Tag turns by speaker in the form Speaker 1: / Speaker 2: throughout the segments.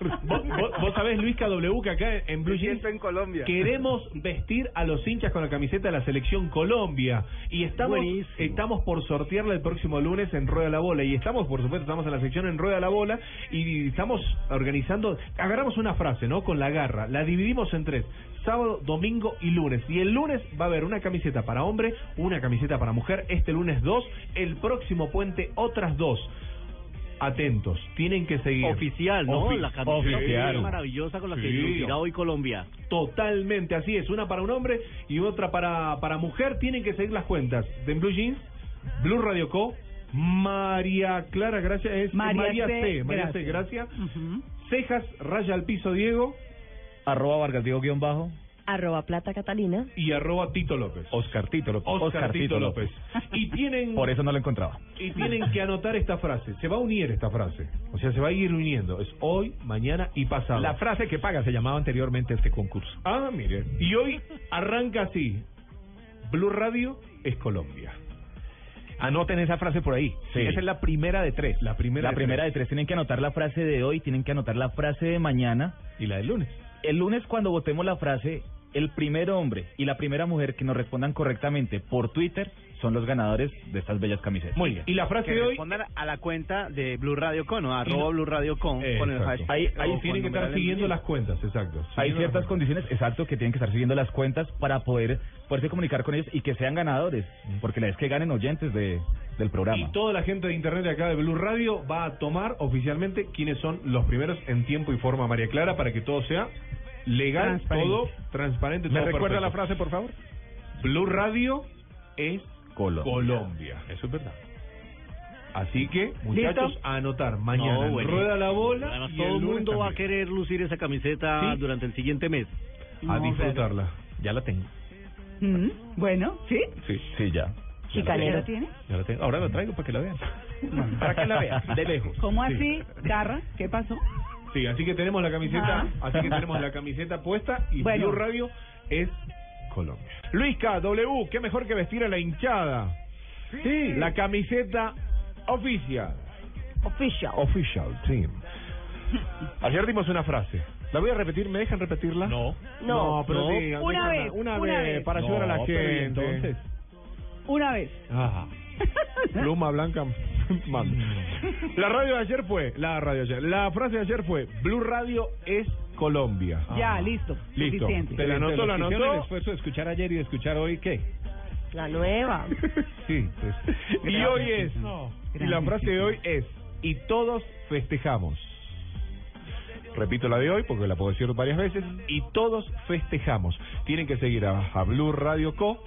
Speaker 1: Vos, vos- vos sabés, Luis KW, que acá en Blue Jeans
Speaker 2: siento en Colombia.
Speaker 1: queremos vestir a los hinchas con la camiseta de la selección Colombia. Y estamos,
Speaker 2: Buenísimo.
Speaker 1: estamos por sortearla el próximo lunes en Rueda la Bola. Y estamos, por supuesto, estamos en la sección en Rueda la Bola. Y estamos organizando. Agarramos una frase, ¿no? Con la garra. La dividimos en tres: sábado, domingo y lunes. Y el lunes va a haber una camiseta para hombre, una camiseta para mujer. Este lunes dos. El próximo puente, otras dos. Atentos, tienen que seguir.
Speaker 2: Oficial, ¿no?
Speaker 1: Ofi-
Speaker 2: la camiseta
Speaker 1: oficial.
Speaker 2: maravillosa con la que
Speaker 1: Sí.
Speaker 2: lucirá hoy Colombia.
Speaker 1: Totalmente, así es. Una para un hombre y otra para, para mujer. Tienen que seguir las cuentas de Blue Jeans, Blue Radio Co, María Clara, gracias. es María,
Speaker 3: María
Speaker 1: C,
Speaker 3: C,
Speaker 1: María C, gracias. Cejas, raya al piso Diego
Speaker 4: arroba bargativo guión bajo
Speaker 3: Arroba Plata Catalina.
Speaker 1: y arroba Tito López.
Speaker 4: Oscar Tito López.
Speaker 1: Oscar, Tito López. Y tienen...
Speaker 4: Por eso no lo encontraba.
Speaker 1: Y tienen que anotar esta frase. Se va a unir esta frase. O sea, se va a ir uniendo. Es hoy, mañana y pasado.
Speaker 4: La frase que paga se llamaba anteriormente este concurso.
Speaker 1: Ah, mire. Y hoy arranca así. Blue Radio es Colombia.
Speaker 4: Anoten esa frase por ahí.
Speaker 1: Sí.
Speaker 4: Esa es la primera de tres.
Speaker 1: La primera
Speaker 4: La
Speaker 1: de
Speaker 4: primera
Speaker 1: tres.
Speaker 4: de tres. Tienen que anotar la frase de hoy, tienen que anotar la frase de mañana.
Speaker 1: Y la del lunes.
Speaker 4: El lunes cuando votemos la frase, el primer hombre y la primera mujer que nos respondan correctamente por Twitter son los ganadores de estas bellas camisetas.
Speaker 1: Muy bien. Y la frase
Speaker 2: Que
Speaker 1: de hoy.
Speaker 2: respondan a la cuenta de Blue Radio Con, ¿no? Arroba Blue Radio Con
Speaker 1: Eh,
Speaker 2: con el
Speaker 1: exacto.
Speaker 2: hashtag.
Speaker 4: Ahí- ahí
Speaker 2: o con
Speaker 1: Tienen que estar
Speaker 2: numeral
Speaker 1: siguiendo
Speaker 2: en-
Speaker 1: las cuentas, exacto.
Speaker 4: Hay
Speaker 1: Siguiendo
Speaker 4: ciertas
Speaker 1: las cuentas.
Speaker 4: condiciones, exacto, que tienen que estar siguiendo las cuentas para poder poderse comunicar con ellos y que sean ganadores, porque la es que ganen oyentes de, del programa.
Speaker 1: Y toda la gente de internet de acá de Blue Radio va a tomar oficialmente quiénes son los primeros en tiempo y forma, María Clara, para que todo sea legal,
Speaker 2: Transparente.
Speaker 1: todo transparente.
Speaker 4: ¿Me
Speaker 1: todo
Speaker 4: recuerda
Speaker 1: perfecto.
Speaker 4: la frase, por favor?
Speaker 1: Blue Radio es
Speaker 4: Colombia.
Speaker 1: Colombia. Eso es verdad. Así que, muchachos, a anotar mañana.
Speaker 2: No, bueno.
Speaker 1: rueda la bola.
Speaker 2: Además,
Speaker 1: y
Speaker 2: todo el
Speaker 1: lunes
Speaker 2: mundo va a
Speaker 1: también.
Speaker 2: querer lucir esa camiseta
Speaker 1: Sí.
Speaker 2: durante el siguiente mes.
Speaker 1: A disfrutarla.
Speaker 4: Ya la tengo.
Speaker 5: Mm, bueno, ¿sí?
Speaker 4: Sí, sí, ya.
Speaker 5: ¿Chicanero tiene?
Speaker 4: Ya la tengo. Ahora la traigo para que la vean. para que la vean, de lejos.
Speaker 5: ¿Cómo
Speaker 1: Sí.
Speaker 5: así? Garra, ¿qué pasó?
Speaker 1: Sí, así que tenemos la camiseta,
Speaker 5: Ah.
Speaker 1: así que tenemos la camiseta puesta y
Speaker 5: Bueno.
Speaker 1: Blue Radio es Colombia. Luisca W, qué mejor que vestir a la hinchada. Sí, la camiseta oficial.
Speaker 5: Official.
Speaker 1: Official team. Ayer dimos una frase. La voy a repetir, ¿me dejan repetirla? No. No, pero
Speaker 2: no.
Speaker 1: digan,
Speaker 5: Una
Speaker 1: déjala,
Speaker 5: vez,
Speaker 1: una,
Speaker 5: una
Speaker 1: vez,
Speaker 5: vez.
Speaker 1: para ayudar a la gente.
Speaker 4: entonces.
Speaker 5: Una vez.
Speaker 1: Ajá. Pluma blanca. manda.
Speaker 5: Mm.
Speaker 1: La radio de ayer fue, la radio de ayer, la frase de ayer fue, Blue Radio es Colombia. Ah.
Speaker 5: Ya, listo.
Speaker 1: Listo.
Speaker 5: Suficiente.
Speaker 1: Te la anotó, la anotó.
Speaker 4: esfuerzo de escuchar ayer y de escuchar hoy, ¿qué?
Speaker 3: La nueva.
Speaker 1: Sí. pues. Y
Speaker 5: Gracias,
Speaker 1: hoy es,
Speaker 5: Tito.
Speaker 1: y la
Speaker 5: Gracias,
Speaker 1: frase de
Speaker 5: Tito.
Speaker 1: hoy es, y todos festejamos. Repito la de hoy porque la puedo decir varias veces. Y todos festejamos. Tienen que seguir a, a Blue Radio Co.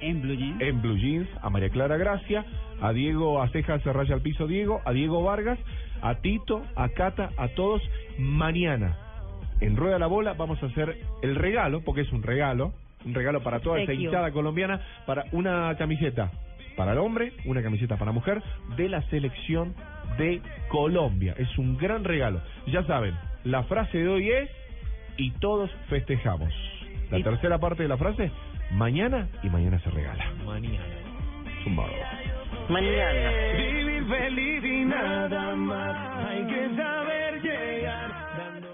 Speaker 5: En Blue Jeans.
Speaker 1: en Blue Jeans, a María Clara Gracia, a Diego Aceja se raya al piso Diego, a Diego Vargas, a Tito, a Cata, a todos, mañana. En Rueda la Bola vamos a hacer el regalo, porque es un regalo, un regalo para toda esa
Speaker 3: Obsequio.
Speaker 1: hinchada colombiana, para una camiseta para el hombre, una camiseta para mujer, de la selección de Colombia. Es un gran regalo. Ya saben, la frase de hoy es, y todos festejamos. La
Speaker 3: Y-
Speaker 1: tercera parte de la frase, mañana y mañana se regala. Mañana. Zumbado.
Speaker 3: Mañana.
Speaker 1: Vivir feliz y nada más. Hay que saber llegar dando